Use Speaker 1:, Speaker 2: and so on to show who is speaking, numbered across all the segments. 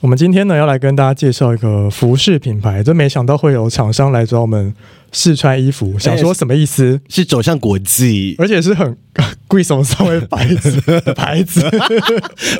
Speaker 1: 我们今天呢要来跟大家介绍一个服饰品牌，真没想到会有厂商来找我们试穿衣服，想说什么意思？
Speaker 2: 是走向国际，
Speaker 1: 而且是很贵松稍微牌子的牌子，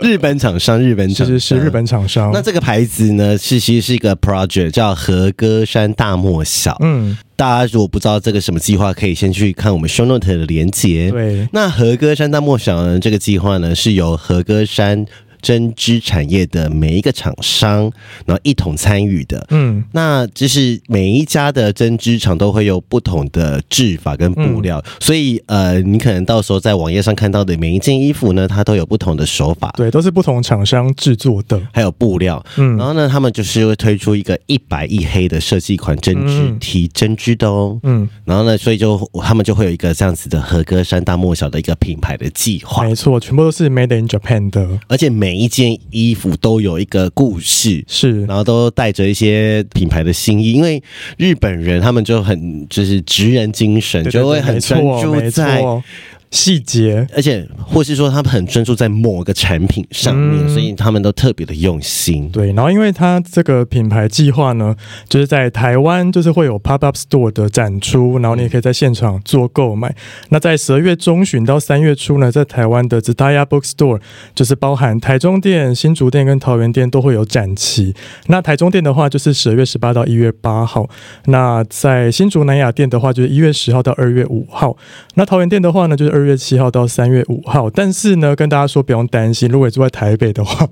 Speaker 2: 日本厂商，日本
Speaker 1: 其
Speaker 2: 厂
Speaker 1: 实
Speaker 2: 商
Speaker 1: 是日。本厂商
Speaker 2: 那。这个牌子呢，是其实是一个 project，叫和歌山大莫小。
Speaker 1: 嗯，
Speaker 2: 大家如果不知道这个什么计划，可以先去看我们 show note 的连接。
Speaker 1: 对，
Speaker 2: 那和歌山大莫小呢，这个计划呢，是由和歌山针织产业的每一个厂商，然后一同参与的。
Speaker 1: 嗯，
Speaker 2: 那就是每一家的针织厂都会有不同的制法跟布料，
Speaker 1: 嗯
Speaker 2: 所以呃，你可能到时候在网页上看到的每一件衣服呢，它都有不同的手法，
Speaker 1: 对，都是不同厂商制作的。
Speaker 2: 还有布料。
Speaker 1: 嗯
Speaker 2: 然后呢，他们就是会推出一个一白一黑的设计款针织
Speaker 1: 嗯
Speaker 2: 提针织的哦。
Speaker 1: 嗯，
Speaker 2: 然后呢，所以就他们就会有一个这样子的和歌山大莫小的一个品牌的计划，
Speaker 1: 没错，全部都是 Made in Japan 的，
Speaker 2: 而且每一件衣服都有一个故事，
Speaker 1: 是
Speaker 2: 然后都带着一些品牌的心意，因为日本人他们就很就是职人精神，
Speaker 1: 对对
Speaker 2: 就会
Speaker 1: 对，
Speaker 2: 很
Speaker 1: 没
Speaker 2: 专
Speaker 1: 错，
Speaker 2: 注
Speaker 1: 没
Speaker 2: 在，
Speaker 1: 错，细节。
Speaker 2: 而且或是说他们很专注在某个产品上面，
Speaker 1: 嗯
Speaker 2: 所以他们都特别的用心。
Speaker 1: 对，然后因为它这个品牌计划呢，就是在台湾就是会有 pop up store 的展出，然后你也可以在现场做购买。那在十二月中旬到三月初呢，在台湾的 Zutaya Bookstore 就是包含台中店、新竹店跟桃园店都会有展期。那台中店的话就是十二月十八到一月八号，那在新竹南雅店的话就是一月十号到二月五号，那桃园店的话呢就是二月七号到三月五号。但是呢，跟大家说不用担心，如果你住在台北的话，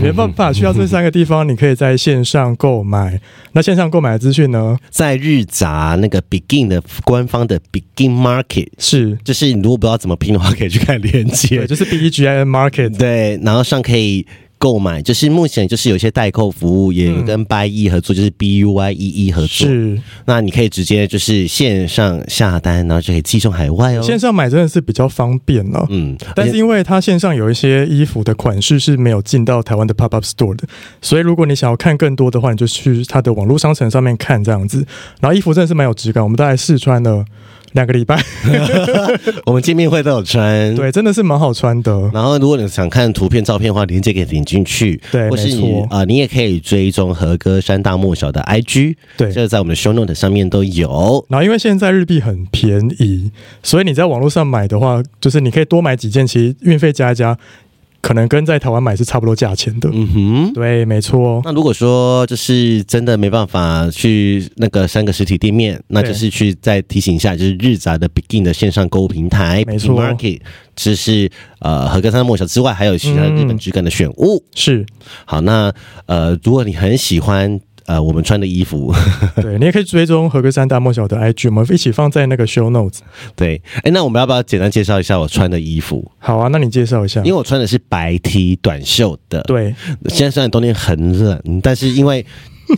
Speaker 1: 没办法去到这三个地方，你可以在线上购买。那线上购买的资讯呢？
Speaker 2: 在日杂那个 Begin 的官方的 Begin Market，
Speaker 1: 是
Speaker 2: 就是你如果不知道怎么拼的话，可以去看链接
Speaker 1: 对，。就是 B E G I N Market。
Speaker 2: 对，然后上可以购买，就是目前就是有一些代购服务也有跟 Buy 合作，就是 B U Y E E 合作。
Speaker 1: 嗯是
Speaker 2: 那你可以直接就是线上下单，然后就可以寄送海外哦。
Speaker 1: 线上买真的是比较方便了、
Speaker 2: 嗯，
Speaker 1: 但是因为它线上有一些衣服的款式是没有进到台湾的 Pop Up Store 的，所以如果你想要看更多的话，你就去它的网络商城上面看这样子。然后衣服真的是蛮有质感，我们大概试穿了两个礼拜，
Speaker 2: 嗯我们见面会都有穿。。
Speaker 1: 对，真的是蛮好穿的。
Speaker 2: 然后，如果你想看图片、照片的话，链接可以点进去。
Speaker 1: 对
Speaker 2: 或是
Speaker 1: 没
Speaker 2: 你
Speaker 1: 错
Speaker 2: 啊、呃，你也可以追踪和歌山大莫小的 IG，
Speaker 1: 对
Speaker 2: 这个在我们的 show note 上面都有。
Speaker 1: 然后因为现在日币很便宜，所以你在网络上买的话，就是你可以多买几件，其实运费加一加，可能跟在台湾买是差不多价钱的。
Speaker 2: 嗯哼。
Speaker 1: 对，没错，
Speaker 2: 那如果说就是真的没办法去那个三个实体店面，那就是去再提醒一下，就是日杂的 Begin 的线上购物平台，
Speaker 1: 没错
Speaker 2: Begin Market，就是呃和歌山大莫小之外，还有其他日本质感的选物。
Speaker 1: 是
Speaker 2: 好，那呃，如果你很喜欢呃我们穿的衣服，
Speaker 1: 对。你也可以追踪和歌山大莫小的 IG，我们一起放在那个 show notes。
Speaker 2: 对，哎，那我们要不要简单介绍一下我穿的衣服？
Speaker 1: 好啊，那你介绍一下
Speaker 2: 因。为我穿的是白 T 短袖的，，
Speaker 1: 对，
Speaker 2: 现在虽然冬天很冷，但是因为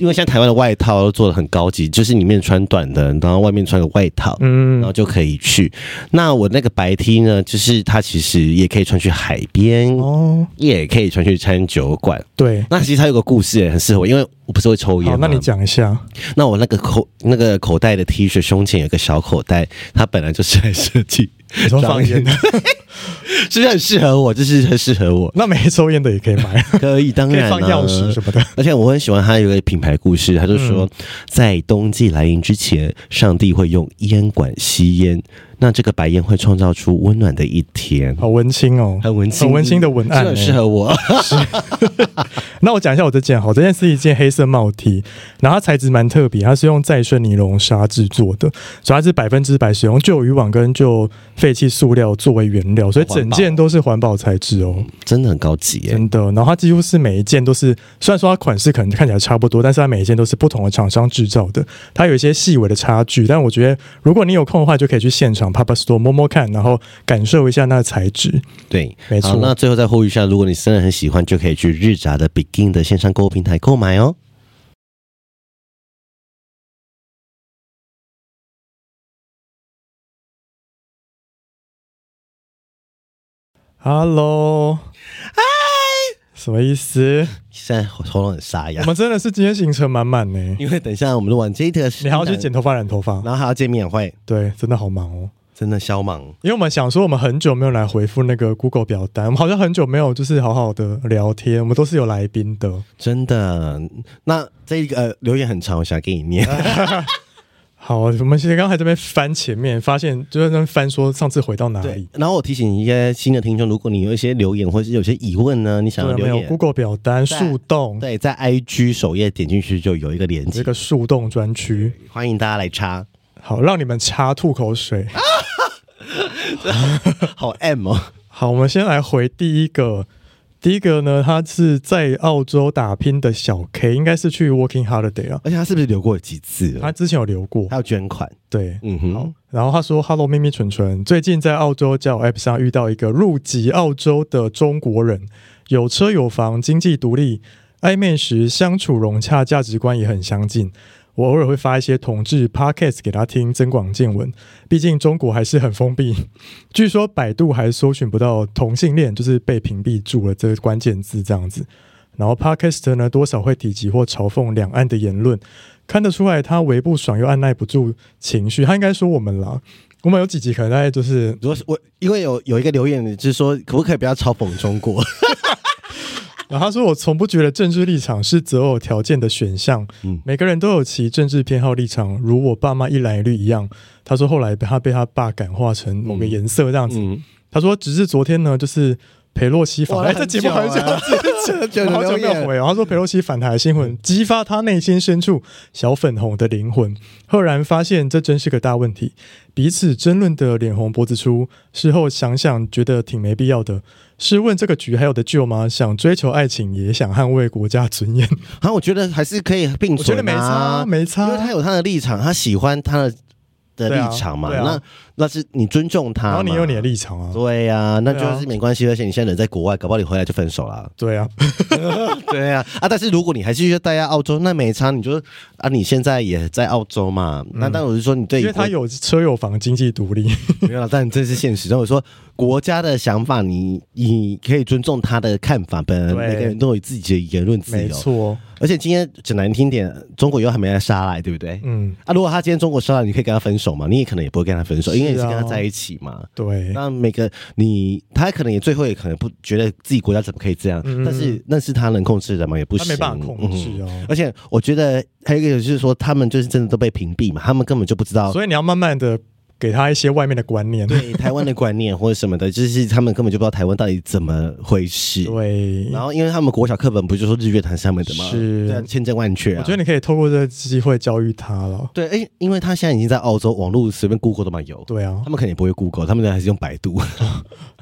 Speaker 2: 因为像台湾的外套都做的很高级，就是里面穿短的，然后外面穿个外套。然
Speaker 1: 嗯
Speaker 2: 后，就可以去。那我那个白 T 呢，就是它其实也可以穿去海边，
Speaker 1: 哦，
Speaker 2: 也可以穿去餐酒馆。
Speaker 1: 对，
Speaker 2: 那其实它有个故事、很适合我，因为我不是会抽烟
Speaker 1: 好，
Speaker 2: 吗
Speaker 1: 哦那你讲一下。
Speaker 2: 那我那个口那个口袋的 T 恤胸前有一个小口袋，它本来就是来设计，
Speaker 1: 你说放烟的，
Speaker 2: 是不是很适合我？就是很适 合我，
Speaker 1: 那没抽烟的也可以 买，
Speaker 2: 可以当
Speaker 1: 可以
Speaker 2: 然、啊、
Speaker 1: 放钥匙什么的。嗯
Speaker 2: 而且我很喜欢它有一个品牌故事，他就说，在冬季来临之前，上帝会用烟管吸烟，那这个白烟会创造出温暖的一天，
Speaker 1: 好文青哦，
Speaker 2: 很文青，
Speaker 1: 很文青的文案
Speaker 2: 是
Speaker 1: 欸
Speaker 2: 很适合我。
Speaker 1: 那我讲一下我这件好，这件是一件黑色帽 T，然后它材质蛮特别，它是用再生尼龙纱制作的，所以它是百分之百使用旧渔网跟旧废弃塑料作为原料，所以整件都是环保材质哦，
Speaker 2: 真的很高级耶、
Speaker 1: 真的。然后它几乎是每一件都是，虽然说它款式可能看起来差不多，但是它每一件都是不同的厂商制造的，它有一些细微的差距。但我觉得如果你有空的话，就可以去现场 Papa Store 摸摸看，然后感受一下那个材质。
Speaker 2: 对，
Speaker 1: 没错
Speaker 2: 好那最后再呼吁一下，如果你真的很喜欢，就可以去日杂的 Begin 的线上购物平台购买哦。
Speaker 1: Hello，什么意思？
Speaker 2: 现在喉咙很沙
Speaker 1: 我
Speaker 2: 哑，
Speaker 1: 们真的是今天行程满满呢。
Speaker 2: 因为等一下我们录完这一个，
Speaker 1: 你还要去剪，头发、染头发，
Speaker 2: 然后还要见面会，
Speaker 1: 对，真的好忙哦。
Speaker 2: 真的消忙。
Speaker 1: 因为我们想说，我们很久没有来回复那个 Google 表单，我们好像很久没有就是好好的聊天，我们都是有来宾的。
Speaker 2: 真的，那这个、呃、留言很长，我想给你念。
Speaker 1: 啊好，我们其实刚才这边翻前面，发现就在那边翻说上次回到哪
Speaker 2: 对
Speaker 1: 里，，
Speaker 2: 然后我提醒一些新的听众，如果你有一些留言或是有些疑问呢，你想要
Speaker 1: 对，没
Speaker 2: 留
Speaker 1: 有
Speaker 2: 言，
Speaker 1: Google 表单树洞
Speaker 2: 对，在 IG 首页点进去就有一个连
Speaker 1: 这
Speaker 2: 接，
Speaker 1: 个树洞专区，
Speaker 2: 欢迎大家来插。
Speaker 1: 好让你们插吐口水。
Speaker 2: 啊好 M 哦，
Speaker 1: 好，我们先来回第一个。第一个呢，他是在澳洲打拼的小 K，应该是去 Working Holiday 啊。
Speaker 2: 而且他是不是留过几次了？
Speaker 1: 他之前有留过，
Speaker 2: 他要捐款，
Speaker 1: 对，
Speaker 2: 嗯哼，
Speaker 1: 然后他说：“Hello，咪咪蠢蠢，最近在澳洲交友 App 上遇到一个入籍澳洲的中国人，有车有房，经济独立，暧昧时相处融洽，价值观也很相近。我偶尔会发一些同志 podcast 给他听，增广见闻。毕竟中国还是很封闭， 据说百度还搜寻不到同性恋，就是被屏蔽住了这个关键字这样子。然后 podcast 呢，多少会提及或嘲讽两岸的言论，看得出来他为不爽又按耐不住情绪，他应该说我们啦。我们有几集可能在就是
Speaker 2: 如果是我，因为有有一个留言就是说，可不可以不要嘲讽中国？
Speaker 1: 然啊后他说：“我从不觉得政治立场是择偶条件的选项，
Speaker 2: 嗯
Speaker 1: 每个人都有其政治偏好立场，如我爸妈一蓝一绿一样。”他说：“后来他被他爸感化成某个颜色这样子。
Speaker 2: 嗯，
Speaker 1: 他说：“直至昨天呢，就是裴洛西反
Speaker 2: 哇
Speaker 1: 台，
Speaker 2: 那
Speaker 1: 这
Speaker 2: 很
Speaker 1: 节目
Speaker 2: 久
Speaker 1: 好像
Speaker 2: 啊
Speaker 1: 之
Speaker 2: 久
Speaker 1: 前，
Speaker 2: 的
Speaker 1: 好久没
Speaker 2: 留言
Speaker 1: 有回哦。”他说：“裴洛西反台的新闻激发他内心深处小粉红的灵魂，赫然发现这真是个大问题，彼此争论的脸红脖子粗。事后想想，觉得挺没必要的。试问这个局还有得救吗？想追求爱情，也想捍卫国家尊 严，
Speaker 2: 然后我觉得还是可以并
Speaker 1: 我觉
Speaker 2: 存、啊，啊
Speaker 1: 得没差，没差。
Speaker 2: 因为他有他的立场，他喜欢他的的
Speaker 1: 对啊
Speaker 2: 立场嘛，
Speaker 1: 对啊
Speaker 2: 那那是你尊重他嘛，
Speaker 1: 然后你有你的立场啊，
Speaker 2: 对呀、那
Speaker 1: 对啊
Speaker 2: 就是没关系，而且你现在人在国外，搞不好你回来就分手啦。
Speaker 1: 对啊，
Speaker 2: 对呀、啊，但是如果你还是要待在澳洲，那没差，你就啊，你现在也在澳洲嘛，那但我是说你对，
Speaker 1: 因为他有车有房，经济 独立。”
Speaker 2: 没有啦，但这是现实。但我说国家的想法你，你可以尊重他的看法，本来
Speaker 1: 对
Speaker 2: 每个人都有自己的言论自
Speaker 1: 没
Speaker 2: 由。
Speaker 1: 错，
Speaker 2: 而且今天讲难听点，中国又还没来杀来，对不对？
Speaker 1: 嗯，
Speaker 2: 啊，如果他今天中国杀来，你可以跟他分手嘛？你也可能也不会跟他分手，因为你是
Speaker 1: 是
Speaker 2: 跟
Speaker 1: 啊
Speaker 2: 他在一起嘛。
Speaker 1: 对，
Speaker 2: 那每个你，他可能也最后也可能不觉得自己国家怎么可以这样，
Speaker 1: 嗯
Speaker 2: 但是那是他能控制的嘛，也不
Speaker 1: 他
Speaker 2: 行，
Speaker 1: 没办法控制
Speaker 2: 嗯
Speaker 1: 哦。
Speaker 2: 而且我觉得还有一个就是说，他们就是真的都被屏蔽嘛，他们根本就不知道
Speaker 1: 所以你要慢慢的给他一些外面的观 念。
Speaker 2: 对台湾的观念或者什么的，就是他们根本就不知道台湾到底怎么回事。
Speaker 1: 对，
Speaker 2: 然后，因为他们国小课本不就说日月潭上面的吗？
Speaker 1: 是
Speaker 2: 对啊千真万确啊。
Speaker 1: 我觉得你可以透过这个机会教育他了。
Speaker 2: 对，哎，因为他现在已经在澳洲，网络随便 Google 都蛮有。
Speaker 1: 对啊
Speaker 2: 他，们肯定也不会 Google，他们还是用百度，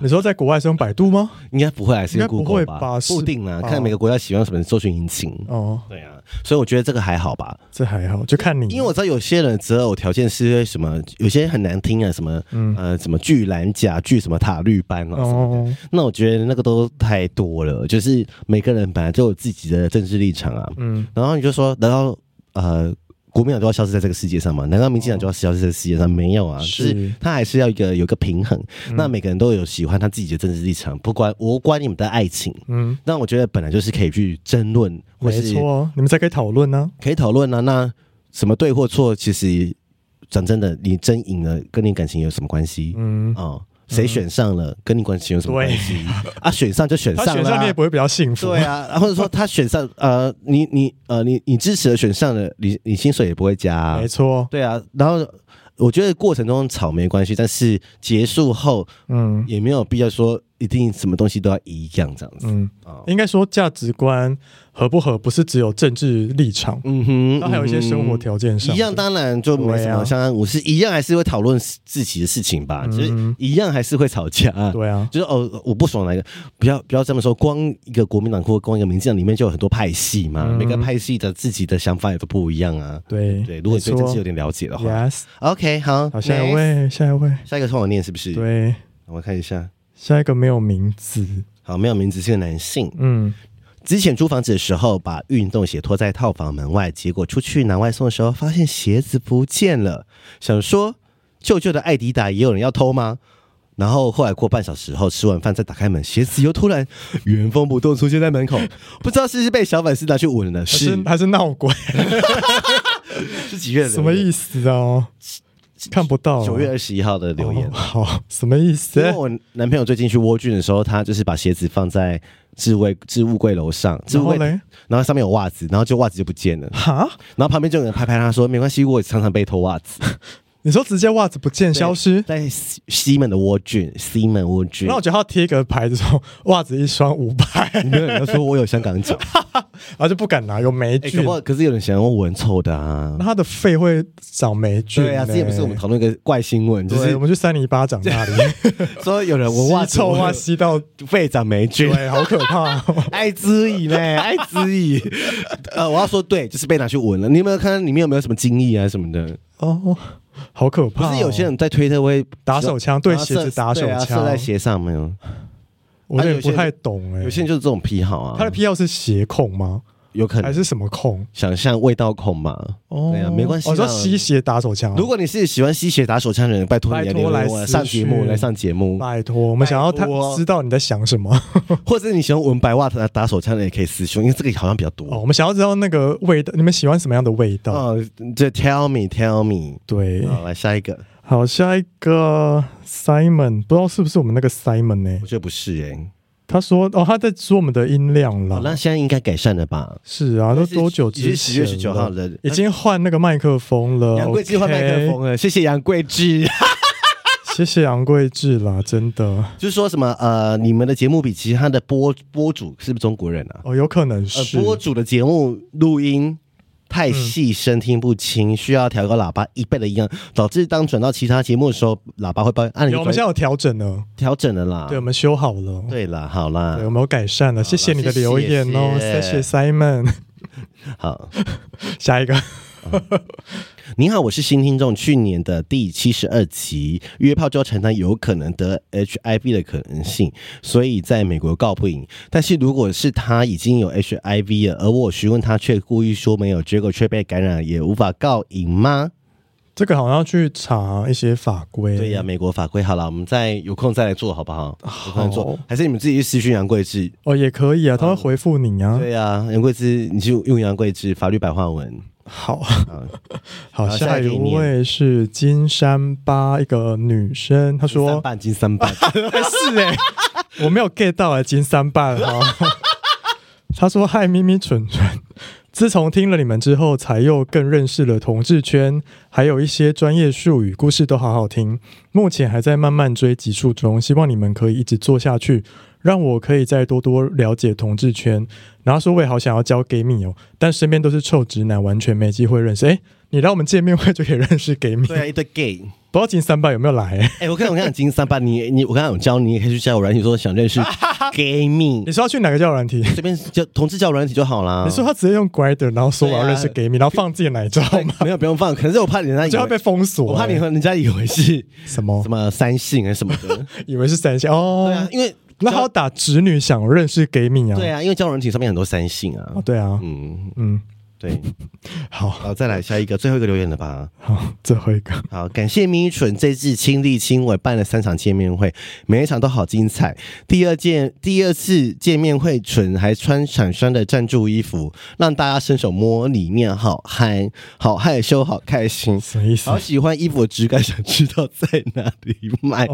Speaker 1: 你说在国外是用百度吗？
Speaker 2: 应该不会还是
Speaker 1: 应
Speaker 2: 用
Speaker 1: 该不会
Speaker 2: Google
Speaker 1: 吧是
Speaker 2: 不定啦，
Speaker 1: 吧
Speaker 2: 看每个国家喜欢什么搜寻引擎。
Speaker 1: 哦，嗯
Speaker 2: 对啊，所以我觉得这个还好吧。
Speaker 1: 这还好，就看你。
Speaker 2: 因为我知道有些人择偶条件是什么，有些很难听啊，什么、呃什么巨蓝甲、巨什么塔绿班啊什么的。
Speaker 1: 嗯哦，
Speaker 2: 那我觉得那个都太多了，就是每个人本来就有自己的政治立场啊。
Speaker 1: 嗯，
Speaker 2: 然后你就说，难道呃国民党就要消失在这个世界上吗？难道民进党就要消失在这个世界上？没有啊，就是是他还是要一个有一个平衡。
Speaker 1: 嗯
Speaker 2: 那每个人都有喜欢他自己的政治立场，不关无关你们的爱情。
Speaker 1: 嗯，
Speaker 2: 那我觉得本来就是可以去争论，或
Speaker 1: 没
Speaker 2: 是
Speaker 1: 错哦，你们才可以讨论呢。
Speaker 2: 可以讨论啊。那什么对或错，其实讲真的，你真赢了跟你感情有什么关系？
Speaker 1: 嗯，
Speaker 2: 哦，谁选上了跟你关系有什么关系？啊，选上就选
Speaker 1: 他
Speaker 2: 上
Speaker 1: 选
Speaker 2: 了、
Speaker 1: 上你也
Speaker 2: 啊。
Speaker 1: 不会比较幸福。
Speaker 2: 对，啊，或者说他选上，呃，你你呃你你支持了选上了，你你薪水也不会加、啊
Speaker 1: 没，错。
Speaker 2: 对啊。然后我觉得过程中吵没关系，但是结束后
Speaker 1: 嗯
Speaker 2: 也没有必要说一定什么东西都要一样这样子。
Speaker 1: 嗯，
Speaker 2: 哦
Speaker 1: 应该说价值观合不合，不是只有政治立场，
Speaker 2: 嗯哼，
Speaker 1: 它还有一些生活
Speaker 2: 条。
Speaker 1: 条件上
Speaker 2: 嗯一样，
Speaker 1: 的。
Speaker 2: 当然就没什
Speaker 1: 对
Speaker 2: 么
Speaker 1: 啊
Speaker 2: 相安无事，一样还是会讨论自己的事情吧，
Speaker 1: 嗯
Speaker 2: 就是一样还是会吵架。
Speaker 1: 对啊，
Speaker 2: 就是哦，我不爽哪一个，不要不要这么说。光一个国民党或光一个民进党里面就有很多派系嘛，
Speaker 1: 嗯
Speaker 2: 每个派系的自己的想法也都不一样啊。
Speaker 1: 对
Speaker 2: 对，如果你对
Speaker 1: 没
Speaker 2: 政
Speaker 1: 错
Speaker 2: 治有点了解的话
Speaker 1: Yes，
Speaker 2: ，OK，好，
Speaker 1: 好，下一
Speaker 2: next，
Speaker 1: 位，下一位，
Speaker 2: 下一个换我念是不是？，
Speaker 1: 对，
Speaker 2: 我看一下。
Speaker 1: 下一个没有名字。
Speaker 2: 好，没有名字是个男性。
Speaker 1: 嗯，
Speaker 2: 之前租房子的时候，把运动鞋拖在套房门外，结果出去拿外送的时候，发现鞋子不见了。想说，舅舅的艾迪达也有人要偷吗？然后后来过半小时后，吃完饭再打开门，鞋子又突然原封不动出现在门口，不知道是不是被小粉丝拿去闻了，
Speaker 1: 还是
Speaker 2: 是
Speaker 1: 还是闹鬼，
Speaker 2: 是几月的？
Speaker 1: 什么意思啊？看不到啊
Speaker 2: 九月二十一号的留言
Speaker 1: 哦。好，什么意思
Speaker 2: 因？为我男朋友最近去蜗苣的时候，他就是把鞋子放在置物柜置物柜楼上，置
Speaker 1: 然
Speaker 2: 物
Speaker 1: 后
Speaker 2: 柜，
Speaker 1: 嘞，
Speaker 2: 然后上面有袜子，然后就袜子就不见了，
Speaker 1: 哈，
Speaker 2: 然后旁边就有人拍拍他说：“没关系，我也常常被偷袜子。
Speaker 1: 你说直接袜子不见 消失”？
Speaker 2: 在西西门的蜗苣，西门蜗苣。
Speaker 1: 那我觉得他贴一个牌子说袜子一双五百，
Speaker 2: 没有人要说我有 香港脚，
Speaker 1: 然后就不敢拿，有霉
Speaker 2: 哎，
Speaker 1: 菌
Speaker 2: 可不，好？可是有人想问我很臭的啊
Speaker 1: 那。他的肺会长霉菌呢。
Speaker 2: 对啊，之前不是我们讨论一个怪新闻，就
Speaker 1: 对，
Speaker 2: 是
Speaker 1: 我们去三零八长那里，
Speaker 2: 说有人闻袜
Speaker 1: 吸 臭袜
Speaker 2: 袜
Speaker 1: 吸到，
Speaker 2: 肺长霉菌，
Speaker 1: 对，好可怕哦。
Speaker 2: 爱之以 呢，爱之以。呃，我要说对，就是被拿去闻了。你有没有看里面有没有什么精液啊什么的？
Speaker 1: 哦，好可
Speaker 2: 不
Speaker 1: 怕、哦！
Speaker 2: 是有些人在推特会
Speaker 1: 打手枪对
Speaker 2: 然后
Speaker 1: 鞋子
Speaker 2: 射
Speaker 1: 打手
Speaker 2: 对啊射
Speaker 1: 枪
Speaker 2: 在鞋上没有？
Speaker 1: 我有点不
Speaker 2: 啊
Speaker 1: 太懂哎、
Speaker 2: 有些人就是这种癖好啊，
Speaker 1: 他的癖好是鞋控吗？
Speaker 2: 有可
Speaker 1: 还
Speaker 2: 能
Speaker 1: 是什么控？
Speaker 2: 想象味道控嘛。
Speaker 1: 哦
Speaker 2: 对啊没关系啦
Speaker 1: 我说吸鞋打手枪啊、
Speaker 2: 如果你是喜欢吸血打手枪的人，拜托你
Speaker 1: 拜
Speaker 2: 来
Speaker 1: 托
Speaker 2: 留
Speaker 1: 来
Speaker 2: 言我啊
Speaker 1: 私
Speaker 2: 上节目
Speaker 1: 讯
Speaker 2: 来上节目，
Speaker 1: 拜托，我们想要他
Speaker 2: 拜托
Speaker 1: 知道你在想什么
Speaker 2: 或者你喜欢闻白袜打打手枪的也可以私讯，因为这个好像比较
Speaker 1: 哦，
Speaker 2: 多。
Speaker 1: 我们想要知道那个味道，你们喜欢什么样的味道？
Speaker 2: 哦，这 tell me tell me。
Speaker 1: 对，
Speaker 2: 好，来下一个，
Speaker 1: 好，下一个 Simon，不知道是不是我们那个 Simon 呢、
Speaker 2: 我觉得不是哎。
Speaker 1: 他说哦，他在说我们的音量
Speaker 2: 好，那
Speaker 1: 啦。
Speaker 2: 现在应该改善了吧？
Speaker 1: 是啊，都多久
Speaker 2: 已经
Speaker 1: 之前？
Speaker 2: 十月十九号，了，
Speaker 1: 已经换那个麦克风了。
Speaker 2: 杨贵志换麦
Speaker 1: OK
Speaker 2: 克风了，谢谢杨贵志。
Speaker 1: 谢谢杨贵志啦，真的
Speaker 2: 就是说什么呃，你们的节目比其他的播播主是不是中国人啊？
Speaker 1: 哦，有可能
Speaker 2: 呃，
Speaker 1: 是
Speaker 2: 播主的节目录音太细，声听不清，需要调高喇叭一倍的音量，导致当转到其他节目的时候，喇叭会帮按
Speaker 1: 有，我们现在
Speaker 2: 钮
Speaker 1: 有调整了，
Speaker 2: 调整了啦。
Speaker 1: 对，我们修好了，
Speaker 2: 啊对啦，好啦
Speaker 1: 对，，我们有改善了，谢谢你的
Speaker 2: 谢谢
Speaker 1: 留言哦，谢
Speaker 2: 谢
Speaker 1: 谢
Speaker 2: 谢
Speaker 1: Simon。
Speaker 2: 好，
Speaker 1: 下一个，
Speaker 2: 你好，我是新听众，去年的第七十二集，约炮就要承担有可能得 HIV 的可能性，所以在美国告不赢。但是如果是他已经有 HIV 了，而我询问他却故意说没有，结果却被感染，也无法告赢吗？
Speaker 1: 这个好像要去查一些法规，
Speaker 2: 对呀、美国法规好了，我们再有空再来做好不好？有空再
Speaker 1: 好
Speaker 2: 做，还是你们自己去私讯杨贵志？
Speaker 1: 哦，也可以啊，他会回复你啊。
Speaker 2: 对呀、杨贵志，你就用杨贵志法律白话文。
Speaker 1: 好，
Speaker 2: 好，
Speaker 1: 好，
Speaker 2: 好
Speaker 1: 下
Speaker 2: 下一个
Speaker 1: 一
Speaker 2: 你念
Speaker 1: 位是金山八一个女生，她
Speaker 2: 三
Speaker 1: 说
Speaker 2: 半斤三 半，
Speaker 1: 哎是哎、我没有 get 到哎、金三半哈。 他说：“嗨，咪咪蠢蠢，自从听了你们之后，才又更认识了同志圈，还有一些专业术语、故事都好好听。目前还在慢慢追集数中，希望你们可以一直做下去，让我可以再多多了解同志圈。然后说我也好想要交 gay 蜜哦，但身边都是臭直男，完全没机会认识。哎，你让我们见面会就可以认识 gay 蜜，
Speaker 2: 对啊，一堆 gay。
Speaker 1: 不知道金三半有没有来、
Speaker 2: 哎、我看我看金三八，你你我刚刚有教你，也可以去交友软体，说想 认识 gay 蜜
Speaker 1: 你，说要去哪个交友软体？”
Speaker 2: 随便叫同志交友软体就好啦。
Speaker 1: 你说他直接用 Grinder，然后说我要
Speaker 2: 对啊
Speaker 1: 认识 gay 蜜，然后放自己的奶照吗？
Speaker 2: 没有不用放，可是我怕人家以
Speaker 1: 就要被
Speaker 2: 为，
Speaker 1: 封锁、
Speaker 2: 我怕你
Speaker 1: 欸
Speaker 2: 和人家以为是
Speaker 1: 什么
Speaker 2: 什？么三性还是什么的。
Speaker 1: 以为是三星哦。
Speaker 2: 对啊，因为
Speaker 1: 那他要打侄女想认识 gay 蜜啊？
Speaker 2: 对
Speaker 1: 啊，
Speaker 2: 啊，因为交友软体上面很多三性啊
Speaker 1: 哦。对啊，
Speaker 2: 嗯，
Speaker 1: 嗯，
Speaker 2: 对。
Speaker 1: 好，
Speaker 2: 好，再来下一个，最后一个留言了吧？
Speaker 1: 好，最后一个，
Speaker 2: 好，感谢咪蠢这次亲力亲为办了三场见面会，每一场都好精彩。第二件第二次见面会，蠢还穿厂商的赞助衣服，让大家伸手摸里面，好嗨，好害羞，好开心。
Speaker 1: 什么意思
Speaker 2: 好？喜欢衣服的质感，想知道在哪里买。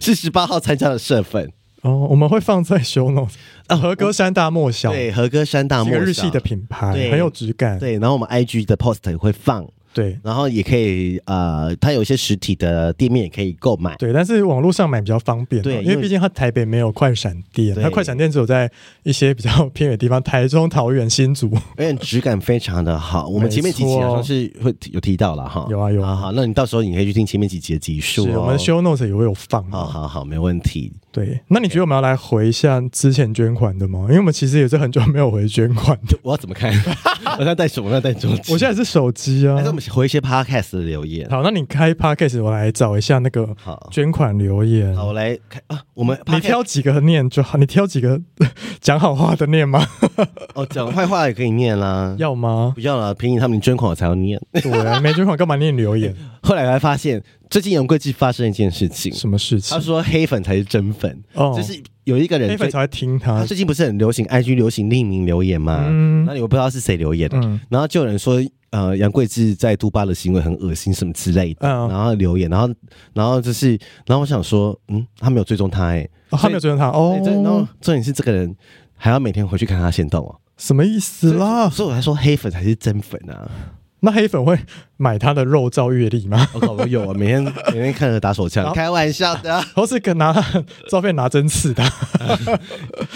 Speaker 2: 是十八号参加的社粉，
Speaker 1: 哦，我们会放在 show notes。
Speaker 2: 啊
Speaker 1: 和歌山大漠小，
Speaker 2: 对，和歌山大
Speaker 1: 是
Speaker 2: 漠
Speaker 1: 个日系
Speaker 2: 小
Speaker 1: 的品牌，
Speaker 2: 对
Speaker 1: 很有质感。
Speaker 2: 对，然后我们 IG 的 post 也会放，
Speaker 1: 对
Speaker 2: 然后也可以呃，它有一些实体的店面也可以购买。
Speaker 1: 对，但是网络上买比较方便啊，
Speaker 2: 对
Speaker 1: 因为
Speaker 2: 因为
Speaker 1: 毕竟它台北没有快闪店，
Speaker 2: 对
Speaker 1: 它快闪店只有在一些比较偏远的地方，台中、桃园、新竹。
Speaker 2: 而且哎质感非常的好，我们前面几集好像是会有提到了哈，
Speaker 1: 有啊有啊
Speaker 2: 好好，那你到时候你可以去听前面几集的集数
Speaker 1: 是
Speaker 2: 哦。
Speaker 1: 我们 show notes 也会有放
Speaker 2: 好
Speaker 1: 啊。
Speaker 2: 好好，没问题。
Speaker 1: 对，那你觉得我们要来回一下之前捐款的吗？因为我们其实也是很久没有回捐款的。
Speaker 2: 我要怎么看？ 我要带什么？我要带桌子。
Speaker 1: 我现在是手机啊
Speaker 2: 还。是我们回一些 podcast 的留言。
Speaker 1: 好，那你开 podcast，我来找一下那个
Speaker 2: 好
Speaker 1: 捐款留言。
Speaker 2: 好，我来看啊，我们
Speaker 1: 你
Speaker 2: podcast
Speaker 1: 挑几个念就好，你挑几个 讲好话的念吗？
Speaker 2: 哦，讲坏话也可以念 啦。
Speaker 1: 要吗？
Speaker 2: 不要啦，凭你他们捐款我才要念。
Speaker 1: 对啊，没捐款干嘛念留言？
Speaker 2: 后来我还发现，最近杨贵记发生一件事情，
Speaker 1: 什么事
Speaker 2: 他
Speaker 1: 情？
Speaker 2: 说黑粉才是真粉，
Speaker 1: 哦
Speaker 2: 就是有一个人
Speaker 1: 黑粉
Speaker 2: 最
Speaker 1: 才会听
Speaker 2: 他
Speaker 1: 他。
Speaker 2: 最近不是很流行 IG 流行匿名留言吗？
Speaker 1: 啊嗯
Speaker 2: 那你我不知道是谁留言的，
Speaker 1: 嗯
Speaker 2: 然后就有人说呃杨贵志在都巴的行为很恶心什么之类的，
Speaker 1: 嗯
Speaker 2: 然后留言，然后然后就是，然后我想说，嗯，他没有追踪他哎、欸，
Speaker 1: 哦他没有追踪他哦
Speaker 2: 哎，这然后重点是这个人还要每天回去看他行动哦，
Speaker 1: 什么意思啦？
Speaker 2: 所以我才说黑粉才是真粉啊。
Speaker 1: 那黑粉会买他的肉照阅历吗？
Speaker 2: 我搞我有啊，每天每天看着打手枪，开玩笑 的啊、
Speaker 1: 或是跟拿他的照片拿针刺他？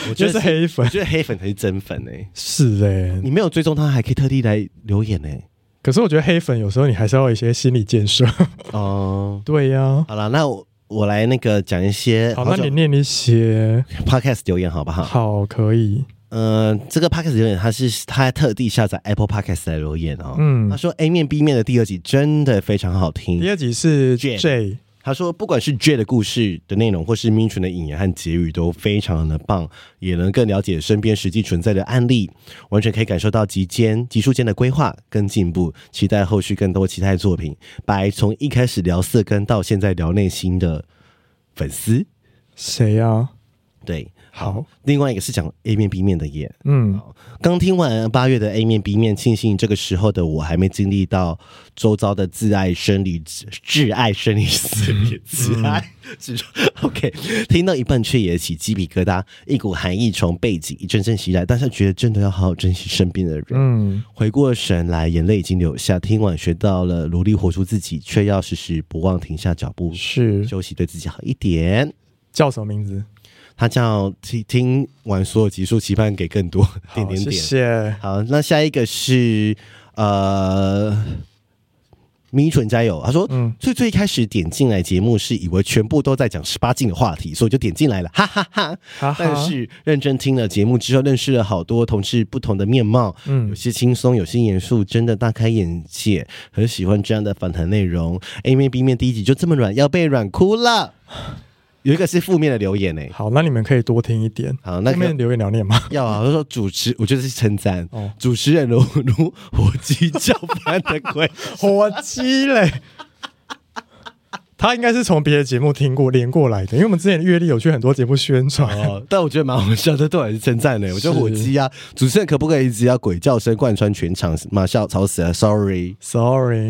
Speaker 2: 我
Speaker 1: 觉得是黑
Speaker 2: 我
Speaker 1: 粉
Speaker 2: 觉得黑粉才是真粉哎、
Speaker 1: 是哎、
Speaker 2: 你没有追踪他，还可以特地来留言欸呢、
Speaker 1: 可是我觉得黑粉有时候你还是要有一些心理建设。
Speaker 2: 哦、
Speaker 1: 对呀、
Speaker 2: 好了，那我我来那个讲一些
Speaker 1: 好，那
Speaker 2: 久
Speaker 1: 你念一些
Speaker 2: podcast 留言好不好？
Speaker 1: 好，可以。
Speaker 2: 嗯、这个 podcast 留言他是他还特地下载 Apple Podcast 来留言哦。
Speaker 1: 嗯
Speaker 2: 他，说 A 面 B 面的第二集真的非常好听
Speaker 1: 第。二集是
Speaker 2: Jade
Speaker 1: J，
Speaker 2: 他说，不管是 J 的故事的内容，或是明纯的引言和结语，都非常的棒，也能更了解身边实际存在的案例，完全可以感受到集间、集数间的规划跟进步。期待后续更多期待作品。白从一开始聊色根到现在聊内心的粉丝，
Speaker 1: 谁呀？
Speaker 2: 对，
Speaker 1: 好，
Speaker 2: 另外一个是讲 A 面 B 面的耶。
Speaker 1: 嗯，
Speaker 2: 刚听完八月的 A 面 B 面，庆幸这个时候的我还没经历到周遭的挚爱生离、挚爱生离死别、挚爱。是
Speaker 1: 嗯
Speaker 2: OK，听到一半却也起鸡皮疙瘩，一股寒意从背脊一阵阵袭来，但是觉得真的要好好珍惜身边的人。
Speaker 1: 嗯，
Speaker 2: 回过神来，眼泪已经流下。听完学到了努力活出自己，却要时时不忘停下脚步，
Speaker 1: 是
Speaker 2: 休息，对自己好一点。
Speaker 1: 叫什么名字？
Speaker 2: 他叫听听完所有集数，期盼给更多
Speaker 1: 好
Speaker 2: 点点点。
Speaker 1: 谢谢。
Speaker 2: 好，那下一个是呃，咪蠢加油。他说，
Speaker 1: 嗯
Speaker 2: 最最开始点进来节目是以为全部都在讲十八禁的话题，所以就点进来了，哈哈哈
Speaker 1: 啊哈哈
Speaker 2: 但是认真听了节目之后，认识了好多同事不同的面貌，有
Speaker 1: 嗯，
Speaker 2: 些轻松，有些严肃，真的大开眼界。很喜欢这样的访谈内容。A 面 B 面第一集就这么软，要被软哭了。有一个是负面的留言欸呢、
Speaker 1: 好，那你们可以多听一点。
Speaker 2: 好，那
Speaker 1: 后面
Speaker 2: 个
Speaker 1: 留言聊念吗？
Speaker 2: 要啊，我说主持，我觉得是称赞。
Speaker 1: 哦，
Speaker 2: 主持人如如火鸡叫般的 鬼，
Speaker 1: 火鸡嘞。他应该是从别的节目听过连过来的，因为我们之前阅历有去很多节目宣传。
Speaker 2: 哦，但我觉得蛮好笑的，都还是称赞的。我觉得火鸡啊，主持人可不可以一直要鬼叫声贯穿全场？马笑吵死了，sorry，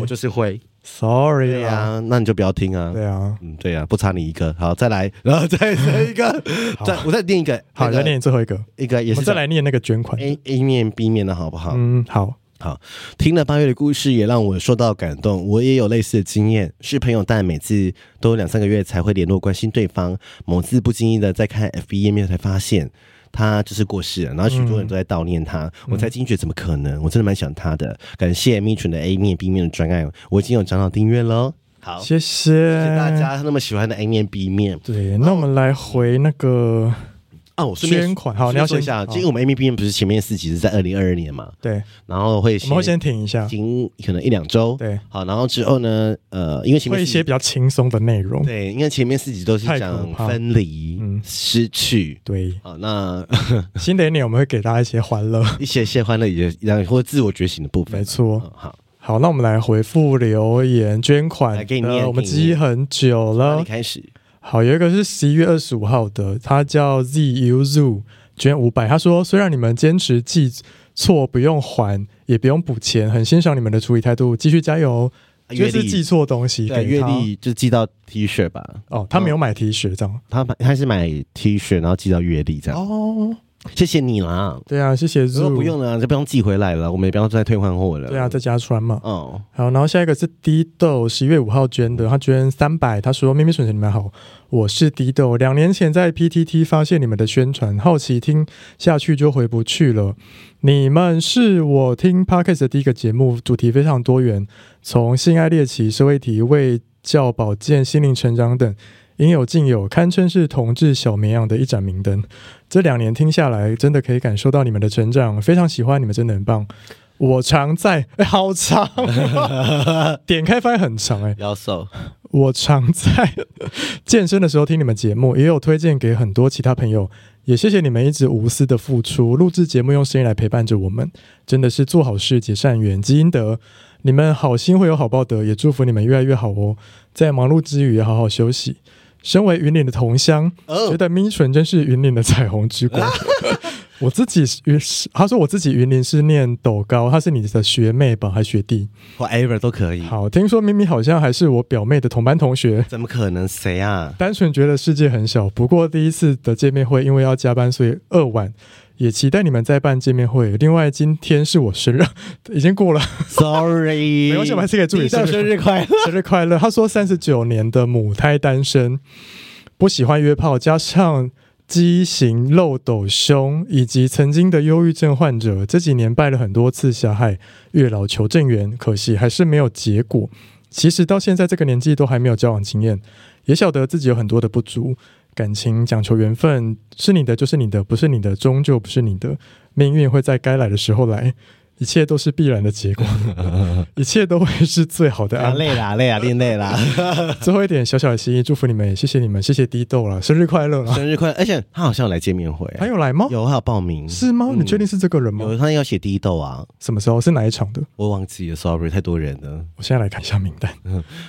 Speaker 2: 我就是会。对
Speaker 1: Sorry，Sorry
Speaker 2: 呀、
Speaker 1: 啊，
Speaker 2: 那你就不要听啊。
Speaker 1: 对啊。
Speaker 2: 嗯，对呀、不差你一个。好，再来，然后再再一个， 再我再念一个，
Speaker 1: 好，
Speaker 2: 那个
Speaker 1: 再念最后一个，
Speaker 2: 一个，也
Speaker 1: 我
Speaker 2: 是
Speaker 1: 们再来念那个捐款。
Speaker 2: A A 面 B 面的好不好？
Speaker 1: 嗯，好，
Speaker 2: 好，听了八月的故事，也让我受到感动。我也有类似的经验，是朋友，但每次都两三个月才会联络关心对方。某次不经意的在看 FB 页面，才发现他就是过世了，然后许多
Speaker 1: 嗯
Speaker 2: 人都在悼念他。我才惊觉，怎么可能？我真的蛮想他的。感谢蜜群的 A 面 B 面的专案，我已经有涨到订阅喽。好，谢
Speaker 1: 谢谢
Speaker 2: 谢大。家那么喜欢的 A 面 B 面
Speaker 1: 对，那我们来回那个
Speaker 2: 啊！我顺
Speaker 1: 捐
Speaker 2: 便
Speaker 1: 款。好，
Speaker 2: 顺
Speaker 1: 你
Speaker 2: 便
Speaker 1: 要
Speaker 2: 说
Speaker 1: 先
Speaker 2: 一下，
Speaker 1: 好
Speaker 2: 因为我们 A 面 B 面不是前面四集是在二零二二年嘛，
Speaker 1: 对，
Speaker 2: 然后会
Speaker 1: 我们会先停一下，
Speaker 2: 停可能一两周，
Speaker 1: 啊对，
Speaker 2: 好，然后之后呢，呃，因为前面
Speaker 1: 会一
Speaker 2: 四
Speaker 1: 些比较轻松的内容。
Speaker 2: 对，因为前面四集都是
Speaker 1: 太可
Speaker 2: 讲
Speaker 1: 怕
Speaker 2: 分离、
Speaker 1: 嗯
Speaker 2: 失去。
Speaker 1: 对，
Speaker 2: 好，那
Speaker 1: 新的一年我们会给大家一些欢 乐。
Speaker 2: 一些谢欢乐也然后或自我觉醒的部分，
Speaker 1: 没错
Speaker 2: 嗯好，
Speaker 1: 好，那我们来回复留言捐款
Speaker 2: 来给你念
Speaker 1: 的，我们
Speaker 2: 给你念
Speaker 1: 积很久
Speaker 2: 那
Speaker 1: 了
Speaker 2: 你。开始。
Speaker 1: 好，有一个是十一月二十五号的，他叫 ZU Zoo，捐五百。他说，虽然你们坚持记错不用还，也不用补钱，很欣赏你们的处理态度，继续加油哦。就
Speaker 2: 啊阅
Speaker 1: 是
Speaker 2: 历
Speaker 1: 记错东西
Speaker 2: 对，
Speaker 1: 给
Speaker 2: 阅
Speaker 1: 他
Speaker 2: 历就寄到 T 恤吧。
Speaker 1: 哦，他没有买 T 恤这样。
Speaker 2: 他买他是买 T 恤，然后寄到阅历这样。
Speaker 1: 哦，
Speaker 2: 谢谢你啦，
Speaker 1: 对啊，谢谢
Speaker 2: 如果
Speaker 1: Zoo，
Speaker 2: 不用了，就不用寄回来了，我们也不要再退换货了。
Speaker 1: 对啊，在家穿嘛。
Speaker 2: 哦，
Speaker 1: 好，然后下一个是低豆，十一月五号捐的，他捐三百，他说：“咪咪蠢蠢，你们好，我是低豆。两年前在 PTT 发现你们的宣传，好奇听下去就回不去了。你们是我听 Podcast 的第一个节目，主题非常多元，从性爱猎奇、社会题、卫教保健、心灵成长等。”应有尽有，堪称是同志小绵羊的一盏明灯。这两年听下来，真的可以感受到你们的成长，非常喜欢你们，真的很棒。我常在，哎好长，点开发现很长哎、
Speaker 2: 妖兽，
Speaker 1: 我常在健身的时候听你们节目，也有推荐给很多其他朋友，也谢谢你们一直无私的付出，录制节目用声音来陪伴着我们，真的是做好事结善缘积阴德。你们好心会有好报德，也祝福你们越来越好哦。在忙碌之余，也好好休息。身为云岭的同乡，
Speaker 2: 哦
Speaker 1: 觉得咪纯真是云岭的彩虹之光。 我自己云，他说我自己云林是念斗高，她是你的学妹吧，还学弟？
Speaker 2: ，whatever 都可以。
Speaker 1: 好，听说咪咪好像还是我表妹的同班同学。
Speaker 2: 怎么可能？谁啊？
Speaker 1: 单纯觉得世界很小，不过第一次的见面会因为要加班，所以二晚。也期待你们再办见面会。另外，今天是我生日， 已经过了，
Speaker 2: Sorry，
Speaker 1: 没关系我还是可以祝你
Speaker 2: 第一道
Speaker 1: 生
Speaker 2: 生
Speaker 1: 日
Speaker 2: 日快乐。
Speaker 1: 生日快乐。他说三十九年的母胎单身，不喜欢约炮，加上畸形、漏斗胸以及曾经的忧郁症患者，这几年拜了很多次霞海月老求正缘，可惜还是没有结果。其实到现在这个年纪都还没有交往经验，也晓得自己有很多的不足。感情讲求缘分，是你的就是你的，不是你的终究不是你的。命运会在该来的时候来，一切都是必然的结果，一切都会是最好的
Speaker 2: 啊，
Speaker 1: 安排。
Speaker 2: 累啦，累啦，练累啦。
Speaker 1: 最后一点小小的心意，祝福你们，谢谢你们，谢谢低豆啦，生日快乐啦！
Speaker 2: 生日快乐！而且他好像有来见面会，
Speaker 1: 还有来吗？
Speaker 2: 有还有报名，
Speaker 1: 是吗？你确定是这个人吗？
Speaker 2: 有他要写第一豆啊，
Speaker 1: 什么时候？是哪一场的？
Speaker 2: 我忘记了，sorry，太多人了。
Speaker 1: 我现在来看一下名单。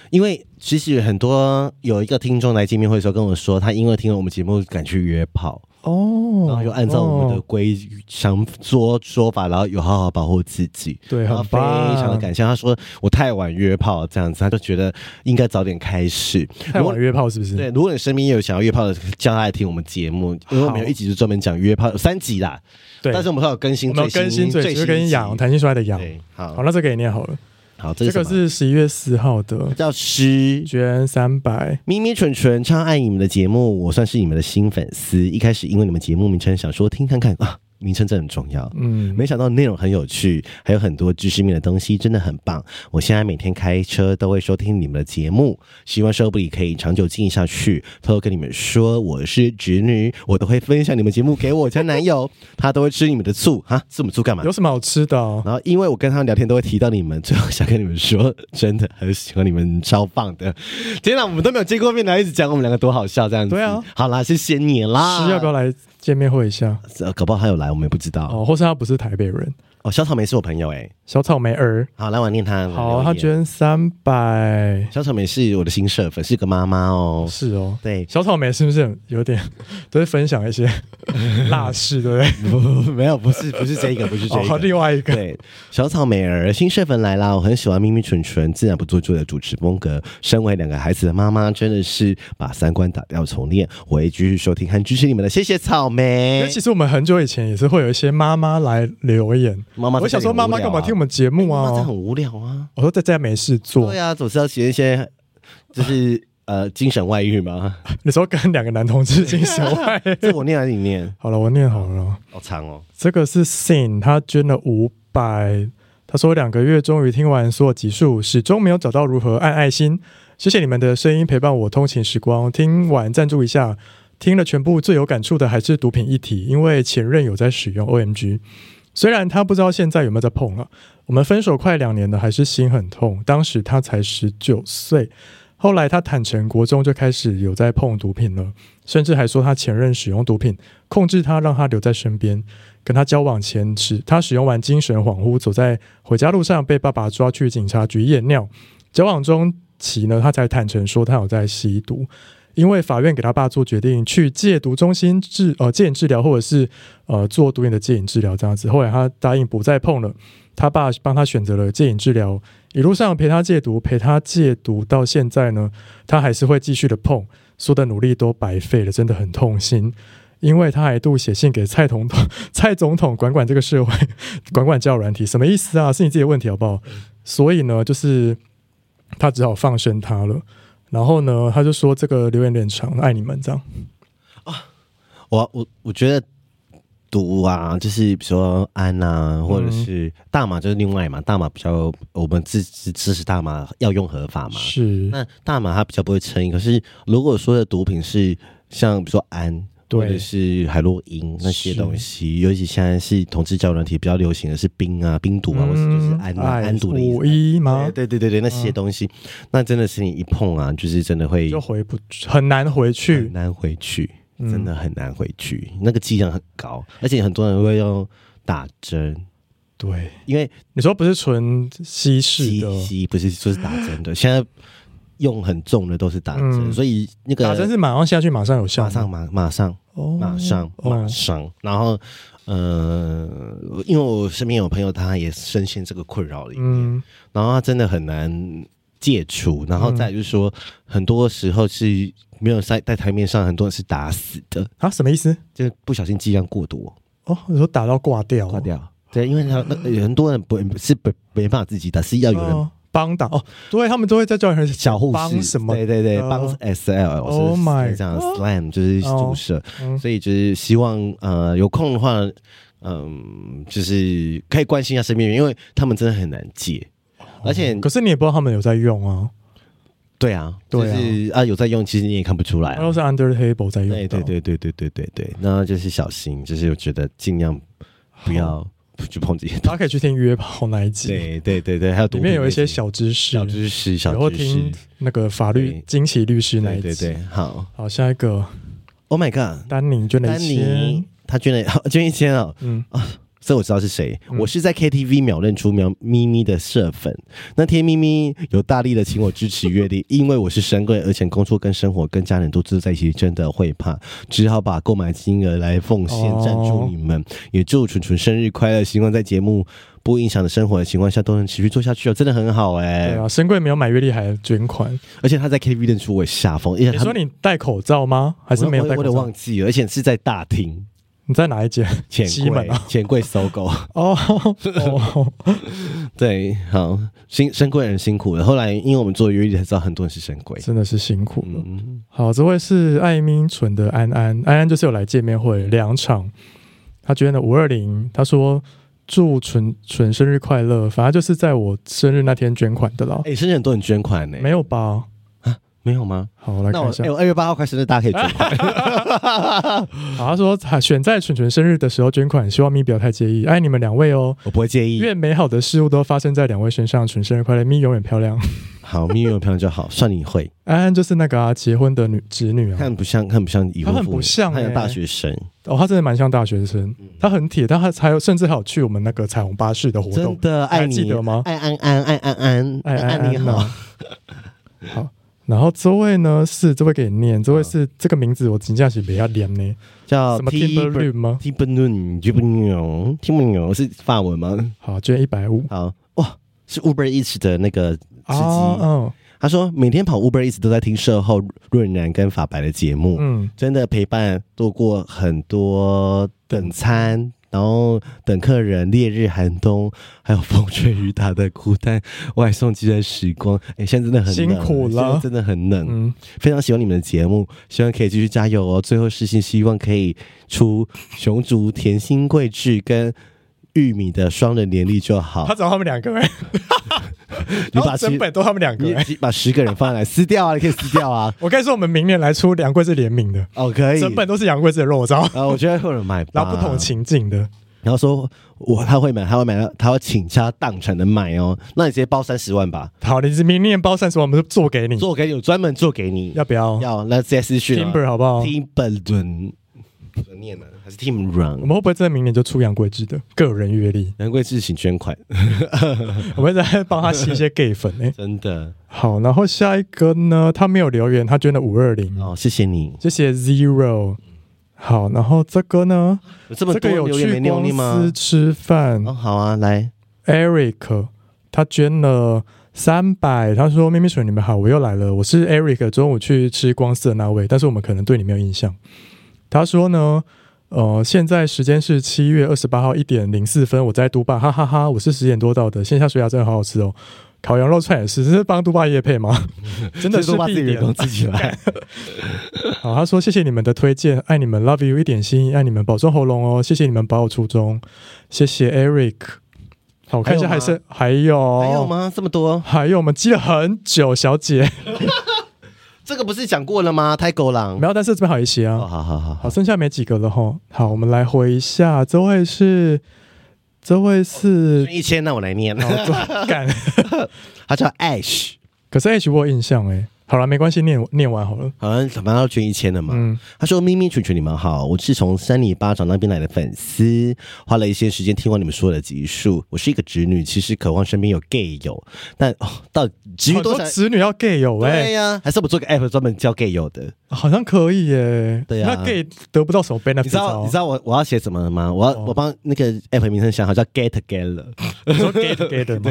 Speaker 2: 因为其实有很多有一个听众来见面会的时候跟我说，他因为听了我们节目敢去约炮，然
Speaker 1: 哦
Speaker 2: 后又按照我们的
Speaker 1: 哦
Speaker 2: 规想说说法，然后有好好保护自己。
Speaker 1: 对，
Speaker 2: 然后
Speaker 1: 很
Speaker 2: 非
Speaker 1: 棒，
Speaker 2: 常的感谢，他说我太晚约炮这样子，他就觉得应该早点开始。
Speaker 1: 太晚约炮是不是？
Speaker 2: 对，如果你身边也有想要约炮的，叫他来听我们节目，因为我们有一集是专门讲约炮，有三集啦。
Speaker 1: 对，
Speaker 2: 但是我们会有更新
Speaker 1: 我
Speaker 2: 最
Speaker 1: 们
Speaker 2: 新，
Speaker 1: 更新最
Speaker 2: 最
Speaker 1: 就是
Speaker 2: 新
Speaker 1: 跟
Speaker 2: 一集
Speaker 1: 痒弹性衰的痒。
Speaker 2: 对，好
Speaker 1: 好，那这个也念好了。
Speaker 2: 好，这
Speaker 1: 这
Speaker 2: 个
Speaker 1: 个
Speaker 2: 什么
Speaker 1: 是十一月四号的，
Speaker 2: 叫诗
Speaker 1: 捐三百。
Speaker 2: 咪咪蠢蠢超爱你们的节目，我算是你们的新粉丝。一开始因为你们节目名称想说听看看啊，名称真的很重要。
Speaker 1: 嗯，
Speaker 2: 没想到内容很有趣，还有很多知识面的东西，真的很棒。我现在每天开车都会收听你们的节目，希望收不里可以长久经营下去。偷偷跟你们说，我是侄女，我都会分享你们节目给我前男友， 他都会吃你们的醋哈，吃我们醋干嘛
Speaker 1: 有？什么好吃的哦？
Speaker 2: 然后因为我跟他们聊天都会提到你们，最后想跟你们说，真的很喜欢你们，超棒的。天哪，我们都没有见过面，然后一直讲我们两个多好笑这样子。
Speaker 1: 对啊，
Speaker 2: 好啦，谢谢你啦。
Speaker 1: 是要不啊要来见面会一下？
Speaker 2: 呃？搞不好他有来，我们也不知道。哦，
Speaker 1: 哦，或是他不是台北人，
Speaker 2: 小草莓是我朋友哎、
Speaker 1: 小草莓儿。
Speaker 2: 好，来我念他。
Speaker 1: 好，他
Speaker 2: 得
Speaker 1: 捐三百，
Speaker 2: 小草莓是我的新社粉，是个妈妈 哦。
Speaker 1: 是哦。，
Speaker 2: 对
Speaker 1: 小草莓是不是有点 都是分享一些辣事，对不对？
Speaker 2: 没有，不是，不是这个，不是这
Speaker 1: 哦，
Speaker 2: 个。
Speaker 1: 另外一 个
Speaker 2: 对，小草莓儿新社粉来啦！我很喜欢咪咪蠢蠢自然不做作的主持风格。身为两个孩子的妈妈，真的是把三观打掉重练。我会继续收听和支持你们的，谢谢草
Speaker 1: 因
Speaker 2: 莓
Speaker 1: 为。其实我们很久以前也是会有一些妈妈来留言，
Speaker 2: 妈妈在家里很无聊啊，哎
Speaker 1: 我想说妈妈干嘛听我们节目
Speaker 2: 妈妈这
Speaker 1: 啊
Speaker 2: 很？无聊啊。
Speaker 1: 我说在家没事做
Speaker 2: 对，啊，总是要写一些，就是呃精神外遇吗？
Speaker 1: 你说跟两个男同志进行外。
Speaker 2: 这我念还是你念？
Speaker 1: 好了，我念好了，
Speaker 2: 好长哦。
Speaker 1: 这个是 Sin，他捐了五百，他说两个月终于听完所有集数，始终没有找到如何按爱心。谢谢你们的声音陪伴我通勤时光，听完赞助一下。听了全部最有感触的还是毒品议题，因为前任有在使用 OMG。虽然他不知道现在有没有在碰了、我们分手快两年了，还是心很痛。当时他才十九岁，后来他坦诚国中就开始有在碰毒品了，甚至还说他前任使用毒品控制他，让他留在身边。跟他交往前时，他使用完精神恍惚，走在回家路上被爸爸抓去警察局验尿。交往中期呢，他才坦诚说他有在吸毒。因为法院给他爸做决定，去戒毒中心治呃戒瘾治疗，或者是呃做毒瘾的戒瘾治疗这样子。后来他答应不再碰了，他爸帮他选择了戒瘾治疗，一路上陪他戒毒，陪他戒毒到现在呢，他还是会继续的碰，所有的努力都白费了，真的很痛心。因为他还一度写信给蔡总统，蔡总统管管这个社会， 管管教软体，什么意思啊？是你自己的问题好不好？
Speaker 2: 嗯
Speaker 1: 所以呢，就是他只好放生他了。然后呢，他就说这个留言有点长，爱你们这样。
Speaker 2: 我我我觉得毒啊，就是比如说安啊，或
Speaker 1: 嗯
Speaker 2: 者是大麻，就是另外嘛，大麻比较我们支支支持大麻要用合法嘛。
Speaker 1: 是，
Speaker 2: 那大麻它比较不会成瘾，可是如果说的毒品是像比如说安。
Speaker 1: 对
Speaker 2: 或者是海洛因那些
Speaker 1: 是
Speaker 2: 东西，尤其现在是同志交流体比较流行的是冰啊、冰毒啊，或者就是安啊、
Speaker 1: 哎
Speaker 2: 安毒的意
Speaker 1: 五
Speaker 2: 思。
Speaker 1: 一吗？嗯
Speaker 2: 对对对对，那些东西，那真的是你一碰啊，就是真的会
Speaker 1: 就回不很难回
Speaker 2: 很
Speaker 1: 去。
Speaker 2: 难回去，
Speaker 1: 嗯
Speaker 2: 真的很难回去。那个剂量很高，而且很多人会用打针，
Speaker 1: 对，
Speaker 2: 因为
Speaker 1: 你说不是纯西式
Speaker 2: 西
Speaker 1: 的，
Speaker 2: 西不是就是打针的。现在用很重的都是打针，
Speaker 1: 嗯
Speaker 2: 所以那个
Speaker 1: 打针是马上下去，马上有效吗，
Speaker 2: 马上马马上
Speaker 1: 哦
Speaker 2: 马上
Speaker 1: 哦
Speaker 2: 马上，然后呃，因为我身边有朋友他也深陷这个困扰里面，
Speaker 1: 嗯
Speaker 2: 然后他真的很难戒除，然后再来就是说，很多时候是没有在在台面上，很多人是打死的，
Speaker 1: 啊，什么意思？
Speaker 2: 就是不小心剂量过多
Speaker 1: 哦，你说打到挂掉哦，
Speaker 2: 挂掉。对，因为他那有很多人不是不没办法自己打，是要有人
Speaker 1: 哦帮打哦，对他们都会在叫人
Speaker 2: 小护士
Speaker 1: 帮什么
Speaker 2: 对对对，
Speaker 1: 呃
Speaker 2: 帮 S L
Speaker 1: Oh my
Speaker 2: 这样 slam 就是注射，
Speaker 1: 嗯
Speaker 2: 所以就是希望呃有空的话，嗯，就是可以关心一下身边人，因为他们真的很难戒，而且
Speaker 1: 哦可是你也不知道他们有在用啊，
Speaker 2: 对啊，就
Speaker 1: 对啊
Speaker 2: 是啊有在用，其实你也看不出来
Speaker 1: 他
Speaker 2: 啊，
Speaker 1: 都是 under the table 在用
Speaker 2: 对对
Speaker 1: 到，
Speaker 2: 对对对对对对，那就是小心，就是我觉得尽量不要去碰这些东
Speaker 1: 大家可以去听约炮那一集，
Speaker 2: 西。对对对对，还有毒
Speaker 1: 里面
Speaker 2: 品
Speaker 1: 有一
Speaker 2: 那
Speaker 1: 些
Speaker 2: 集
Speaker 1: 小知识
Speaker 2: 小，知识、
Speaker 1: 以后
Speaker 2: 小知识
Speaker 1: 听，那个法律
Speaker 2: 对
Speaker 1: 惊奇律师那
Speaker 2: 对
Speaker 1: 一
Speaker 2: 对
Speaker 1: 集。
Speaker 2: 对，好
Speaker 1: 好，下一个
Speaker 2: ，Oh my God，
Speaker 1: 丹宁捐了
Speaker 2: 丹
Speaker 1: 一千
Speaker 2: 尼，他捐了 捐一千哦。
Speaker 1: 嗯，
Speaker 2: 这我知道是谁，
Speaker 1: 嗯
Speaker 2: 我是在 KTV 秒认出苗咪咪的社粉。那天咪咪有大力的请我支 持月历，因为我是神棍，而且工作跟生活跟家人都住在一起，真的会怕，只好把购买金额来奉献
Speaker 1: 哦
Speaker 2: 赞助你们。也祝纯纯生日快乐！希望在节目不影响的生活的情况下都能持续做下去哦，真的很好哎、
Speaker 1: 对啊，深贵没有买月历还捐款。
Speaker 2: 而且他在 KTV 认出我也吓疯，而且
Speaker 1: 你
Speaker 2: 他
Speaker 1: 说你戴口罩吗？还是没有
Speaker 2: 我
Speaker 1: 戴
Speaker 2: 我
Speaker 1: 口
Speaker 2: 有点
Speaker 1: 罩
Speaker 2: 忘？记了，而且是在大厅
Speaker 1: 你在哪一间？
Speaker 2: 钱
Speaker 1: 西
Speaker 2: 柜
Speaker 1: 门啊
Speaker 2: 钱柜搜狗。
Speaker 1: 哦哦，
Speaker 2: 对，好，辛深贵人辛苦了。后来因为我们做游历才知道很多人是深贵。
Speaker 1: 真的是辛苦了。
Speaker 2: 嗯，
Speaker 1: 好，这位是艾明蠢的安安，安安就是有来见面会两场，他捐了五二零，他说祝蠢蠢生日快乐，反正就是在我生日那天捐款的啦
Speaker 2: 哎、，甚至很多人捐款呢、
Speaker 1: 没有吧？
Speaker 2: 没有吗？
Speaker 1: 好，我来
Speaker 2: 那
Speaker 1: 看
Speaker 2: 我
Speaker 1: 一下
Speaker 2: 哎，。我二月八号开始，那大家可以捐 款。哎
Speaker 1: 好，他说啊选在蠢蠢生日的时候捐款，希望咪不要太介意，爱你们两位哦。
Speaker 2: 我不会介意。
Speaker 1: 愿美好的事物都发生在两位身上，蠢生日快乐，咪永远漂亮。
Speaker 2: 好，蜜月有漂亮就好，算你会。
Speaker 1: 安安就是那个啊，结婚的女侄女啊，
Speaker 2: 看不像，看不像已
Speaker 1: 他
Speaker 2: 婚
Speaker 1: 很
Speaker 2: 妇女
Speaker 1: 不像
Speaker 2: 他像
Speaker 1: 欸
Speaker 2: 大学生，
Speaker 1: 哦，她真的蛮像大学生，
Speaker 2: 嗯
Speaker 1: 她很铁，但她还有甚至还有去我们那个彩虹巴士的活动
Speaker 2: 真，的爱
Speaker 1: 还
Speaker 2: 你，
Speaker 1: 记得吗
Speaker 2: 爱安安，爱安安，
Speaker 1: 哎哎
Speaker 2: 安你
Speaker 1: 安
Speaker 2: 好。
Speaker 1: 呐。好，然后这位呢是这位给你念，这
Speaker 2: 啊
Speaker 1: 位是这个名字我真正是比较念呢，
Speaker 2: 叫
Speaker 1: 什么 Timberlune 吗？
Speaker 2: T 本论，听不牛，听不牛是法文吗？
Speaker 1: 好，捐一百五
Speaker 2: 好哇，是 Uber Eats 的那个司机。
Speaker 1: 哦，
Speaker 2: 他说每天跑 Uber 一直都在听售后润然跟法白的节目，
Speaker 1: 嗯
Speaker 2: 真的陪伴度过很多等餐。然后等客人，烈日寒冬，还有风吹雨打的孤单外送机的时光， 哎，现在真的很冷
Speaker 1: 辛苦了
Speaker 2: 现在真的很冷。
Speaker 1: 嗯
Speaker 2: 非常喜欢你们的节目，希望可以继续加油哦。最后私信希望可以出熊竹甜心桂枝跟玉米的双人联立
Speaker 1: 嗯，
Speaker 2: 就
Speaker 1: 他
Speaker 2: 好。
Speaker 1: 找他们两个哎，
Speaker 2: 你
Speaker 1: 然
Speaker 2: 把
Speaker 1: 后整
Speaker 2: 其
Speaker 1: 本都他们两个
Speaker 2: 你
Speaker 1: 哎。
Speaker 2: 你把十个人放来撕掉啊，你可以撕掉啊。
Speaker 1: 我跟你说，我们明年来出杨贵是联名的，
Speaker 2: 哦，可以。
Speaker 1: 整本都是杨贵妃的肉照，
Speaker 2: 啊，我觉得会有人买吧，
Speaker 1: 然后不同情境的，
Speaker 2: 然后说我他会买，他会买，他会倾家荡产的买哦。那你直接包三十万吧，
Speaker 1: 好，你是明年包三十万，我们就做给你，
Speaker 2: 做给你，我专门做给你。
Speaker 1: 嗯要不要
Speaker 2: 要那直接私讯啊
Speaker 1: ？Timber 好不好？
Speaker 2: Timberland，怎么念呢？还是
Speaker 1: 我
Speaker 2: Timberland？
Speaker 1: 们会不会在明年就出杨贵妃 的个人阅历？
Speaker 2: 难怪是请捐款，
Speaker 1: 我们在帮他吸一些 gay 粉哎、
Speaker 2: 真的
Speaker 1: 好，然后下一个呢，他没有留言，他捐了五二零，
Speaker 2: 哦，谢谢你。
Speaker 1: 谢谢 Zero。好，然后这个呢，
Speaker 2: 有这么
Speaker 1: 这
Speaker 2: 多
Speaker 1: 个有
Speaker 2: 留言没
Speaker 1: 去
Speaker 2: 念
Speaker 1: 公
Speaker 2: 力
Speaker 1: 司
Speaker 2: 吗？
Speaker 1: 吃饭、
Speaker 2: 哦，好啊，来，
Speaker 1: Eric，他捐了三百，他说：“咪咪水，你们好，我又来了，我是 Eric，中午去吃光丝的那位，但是我们可能对你没有印象。”他说呢，呃，现在时间是七月二十八号一点零四分，我在都坝，哈哈哈我是十点多到的，线下水饺真的好好吃哦。烤羊肉串也是，这是帮都坝夜配吗？ 真的
Speaker 2: 最
Speaker 1: 是
Speaker 2: 多把自己
Speaker 1: 必
Speaker 2: 员
Speaker 1: 点
Speaker 2: 工。自己 来。
Speaker 1: 好，他说谢谢你们的推荐，爱你们，love you 一点心，爱你们，保重喉咙哦，谢谢你们保我初衷，谢谢 Eric。好，我看一下
Speaker 2: 还有吗
Speaker 1: 还是还有
Speaker 2: 还有吗？这么多，
Speaker 1: 还有我们积了很久，小姐，
Speaker 2: 这个不是讲过了吗？太狗狼
Speaker 1: 没。有，但是这边好一些
Speaker 2: 哦，
Speaker 1: 啊。
Speaker 2: 好好
Speaker 1: 好，
Speaker 2: 好好，
Speaker 1: 剩下没几个了哈。好，我们来回一下，这位是，这位是，
Speaker 2: 一 千，那我来念。
Speaker 1: 好，这干。
Speaker 2: 他叫 Ash。
Speaker 1: 可是 H 我有印象哎，好了，没关系，念念完好了。
Speaker 2: 好像怎么要捐一千的嘛。
Speaker 1: 嗯，
Speaker 2: 他说：“咪咪、蠢蠢，你们好，我是从三里巴掌那边来的粉丝，花了一些时间听完你们说的集数。我是一个直女，其实渴望身边有 gay 友，但、哦、 到直女
Speaker 1: 很
Speaker 2: 多
Speaker 1: 多
Speaker 2: 少？
Speaker 1: 子女要 gay 友哎、
Speaker 2: 对呀、还是我们做个 app 专门教 gay 友的？
Speaker 1: 好像可以耶、
Speaker 2: 对啊
Speaker 1: 那 gay 得不到什么 benefit，啊
Speaker 2: 你知道你知道我我要写什么了吗？我要、
Speaker 1: 哦
Speaker 2: 我帮那个 app 名称想好，叫 get together。
Speaker 1: 你 说 gay 的 gay 的吗？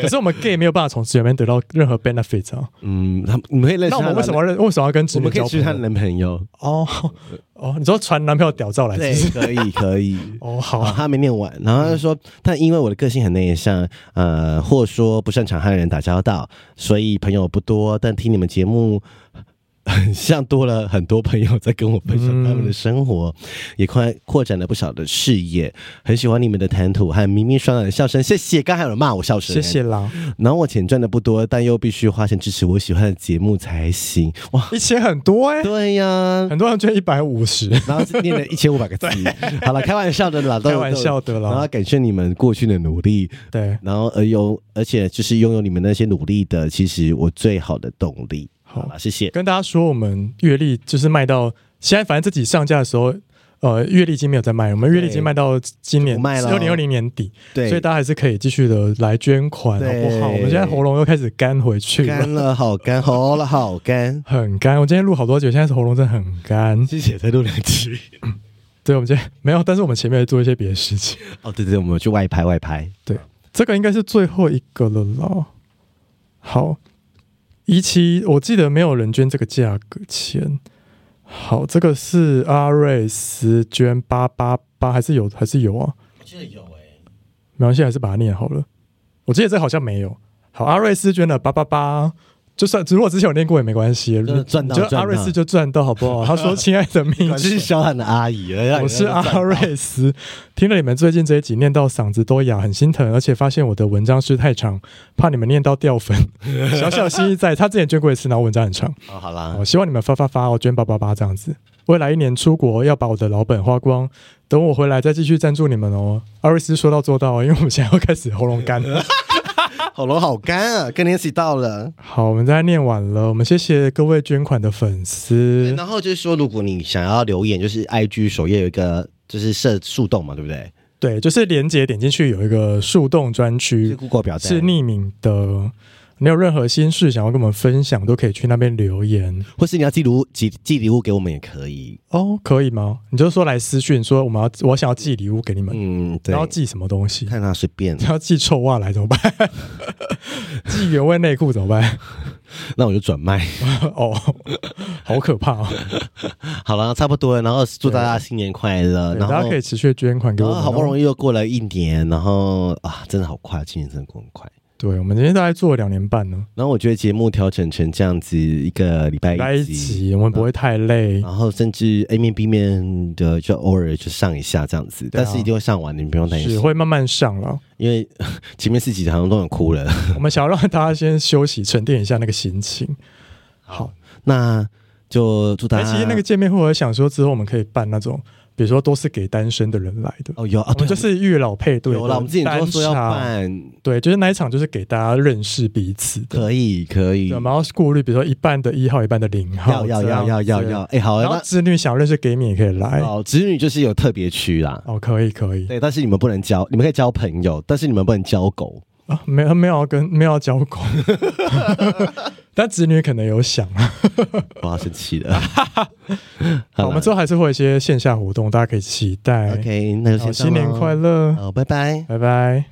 Speaker 1: 可是我们 gay 没有办法从直女里面得到任何 benefit 啊。
Speaker 2: 嗯，他们你们可以认识
Speaker 1: 那我
Speaker 2: 他
Speaker 1: 们
Speaker 2: 的
Speaker 1: 为什么？要认为什么要跟直
Speaker 2: 我
Speaker 1: 女
Speaker 2: 们可
Speaker 1: 交
Speaker 2: 以
Speaker 1: 朋
Speaker 2: 去他的
Speaker 1: 友？啊
Speaker 2: 男朋友。
Speaker 1: 哦 哦，你说传男朋友屌照来是不是？，
Speaker 2: 对可以可以。
Speaker 1: 哦，好
Speaker 2: 好，
Speaker 1: 啊，
Speaker 2: 他没念完，然后他就说，但因为我的个性很内向，呃，或说不擅长和人打交道，所以朋友不多。但听你们节目，很像多了很多朋友在跟我分享他们的生活，
Speaker 1: 嗯
Speaker 2: 也快扩展了不少的视野。很喜欢你们的谈吐和咪咪双人的笑声，谢谢。刚才有人骂我笑声，
Speaker 1: 谢谢。啦，
Speaker 2: 然后我钱赚的不多，但又必须花钱支持我喜欢的节目才行。哇，
Speaker 1: 一千很多哎、
Speaker 2: 对呀、
Speaker 1: 很多人捐一百五十，
Speaker 2: 然后是念了一千五百个字，好了，开玩笑的啦，都
Speaker 1: 开玩笑的啦
Speaker 2: 然后感谢你们过去的努力，
Speaker 1: 对，
Speaker 2: 然后而呃有，而且就是拥有你们那些努力的，其实我最好的动力。
Speaker 1: 好
Speaker 2: 好了，谢谢。
Speaker 1: 跟大家说，我们月历就是卖到现在，反正自己上架的时候，呃，月历已经没有在卖，我们月历已经卖到今年
Speaker 2: 不卖了
Speaker 1: 二零二零年底，
Speaker 2: 对，
Speaker 1: 所以大家还是可以继续的来捐款，好
Speaker 2: 对
Speaker 1: 不好？我们现在喉咙又开始干回去了
Speaker 2: 干。了，好干，好了，好干。
Speaker 1: 很干，我今天录好多集，我现在喉咙真的很干。
Speaker 2: 谢谢，才录两集。
Speaker 1: 对，我们今天没有，但是我们前面做一些别的事情。
Speaker 2: 哦，对对对，我们去外拍外拍。
Speaker 1: 这个应该是最后一个了啦。好，一期我记得没有人捐这个价格钱。好，这个是阿瑞斯捐八八八，还是有还是有啊？
Speaker 2: 我记得有哎，
Speaker 1: 没关系，还是把它念好了。我记得这好像没有。好，阿瑞斯捐了八八八，就算如果之前有念过也没关系，
Speaker 2: 的赚到
Speaker 1: 就
Speaker 2: 赚
Speaker 1: 阿
Speaker 2: 到
Speaker 1: 瑞斯就赚到好不好？他说：“ 亲爱的命
Speaker 2: 我是
Speaker 1: 运。”
Speaker 2: 小喊的阿姨，让你
Speaker 1: 我是
Speaker 2: 让你
Speaker 1: 阿瑞斯，听了你们最近这一集念到嗓子都哑，很心疼，而且发现我的文章是太长，怕你们念到掉 粉。小小心意在，他之前捐过一次，然后文章很长，
Speaker 2: 哦，好啦
Speaker 1: 我，希望你们发发发，我捐八八八这样子。未来一年出国要把我的老本花光，等我回来再继续赞助你们哦。阿瑞斯说到做到哦，因为我们现在要开始喉咙 干了。
Speaker 2: 好了，好干啊，更年期到了。
Speaker 1: 好，我们再念完了，我们谢谢各位捐款的粉
Speaker 2: 对
Speaker 1: 丝。
Speaker 2: 然后就是说，如果你想要留言，就是 IG 首页有一个就是设树洞嘛，对不对？
Speaker 1: 对，就是连接点进去有一个树洞专区
Speaker 2: 是，Google 表单，
Speaker 1: 是匿名的。你有任何心事想要跟我们分享，都可以去那边留言
Speaker 2: 或是你要寄礼物寄寄礼物给我们也可以。
Speaker 1: 哦，可以吗？你就说来私讯说我们要我想要寄礼物给你们，
Speaker 2: 嗯，对
Speaker 1: 然，后寄什么东西？
Speaker 2: 看他随 便。
Speaker 1: 要寄臭袜来怎 么办？寄原味内裤怎么办？
Speaker 2: 那我就转卖。
Speaker 1: 哦，好可怕哦！
Speaker 2: 好了，差不多了。然后祝大家新年快
Speaker 1: 对
Speaker 2: 乐。呃然
Speaker 1: 大
Speaker 2: 后
Speaker 1: 家可以持续捐款给
Speaker 2: 然
Speaker 1: 我
Speaker 2: 后
Speaker 1: 们哦。
Speaker 2: 好不容
Speaker 1: 易，
Speaker 2: 易又过了一年，然后啊，真的好快，今年真的过很快。
Speaker 1: 对我们今天大概做了两年半呢，
Speaker 2: 然后我觉得节目调整成这样子，一个礼拜
Speaker 1: 来一
Speaker 2: 一集，哦
Speaker 1: 集我们不会太累。
Speaker 2: 然后甚至 A 面 B 面的就偶尔就上一下这样子，
Speaker 1: 对啊
Speaker 2: 但是一定会上完，你不用担
Speaker 1: 是
Speaker 2: 心，
Speaker 1: 会慢慢上了，
Speaker 2: 因为 前面四集好像都很哭了。
Speaker 1: 我们想要让大家先休息沉淀一下那个心情。好，
Speaker 2: 那就祝大
Speaker 1: 哎，
Speaker 2: 家
Speaker 1: 其实那个见面会，我想说之后我们可以办那种，比如说都是给单身的人来的，
Speaker 2: 哦有啊，
Speaker 1: 我
Speaker 2: 对
Speaker 1: 们就是月老配对的
Speaker 2: 有了，我们之前
Speaker 1: 单
Speaker 2: 都说要
Speaker 1: 场
Speaker 2: 办，
Speaker 1: 对，就是那一场就是给大家认识彼此的，
Speaker 2: 可以可以
Speaker 1: 对，我，们要顾虑，比如说一半的一号，一半的零号，
Speaker 2: 要要
Speaker 1: 这样
Speaker 2: 要
Speaker 1: 子
Speaker 2: 要要要，。哎好，
Speaker 1: 然后
Speaker 2: 那
Speaker 1: 子女想认识给你也可以来，
Speaker 2: 哦，子女就是有特别区啦。
Speaker 1: 哦，可以可以
Speaker 2: 对，但是你们不能交，你们可以交朋友，但是你们不能交狗。
Speaker 1: 啊，没有没有要跟没有要交 狗，但子女可能有想啊。
Speaker 2: 我要生气 了。好
Speaker 1: 好
Speaker 2: 啦
Speaker 1: 我们之后还是会有一些线下活动，大家可以期待。
Speaker 2: OK，那就
Speaker 1: 好，
Speaker 2: 先
Speaker 1: 新年快
Speaker 2: 乐，
Speaker 1: 乐，
Speaker 2: 好，拜拜。
Speaker 1: 拜拜。